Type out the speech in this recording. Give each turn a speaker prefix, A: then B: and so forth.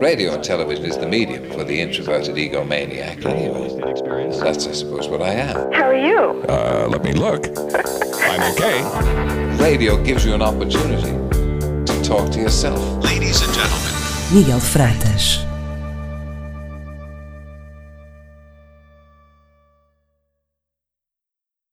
A: radio and television is the medium for the introverted egomaniac. Anyway, that's, I suppose, what I am.
B: How are you?
C: Uh, let me look. I'm okay.
A: Radio gives you an opportunity to talk to yourself.
C: Ladies and gentlemen,
D: Miguel Freitas.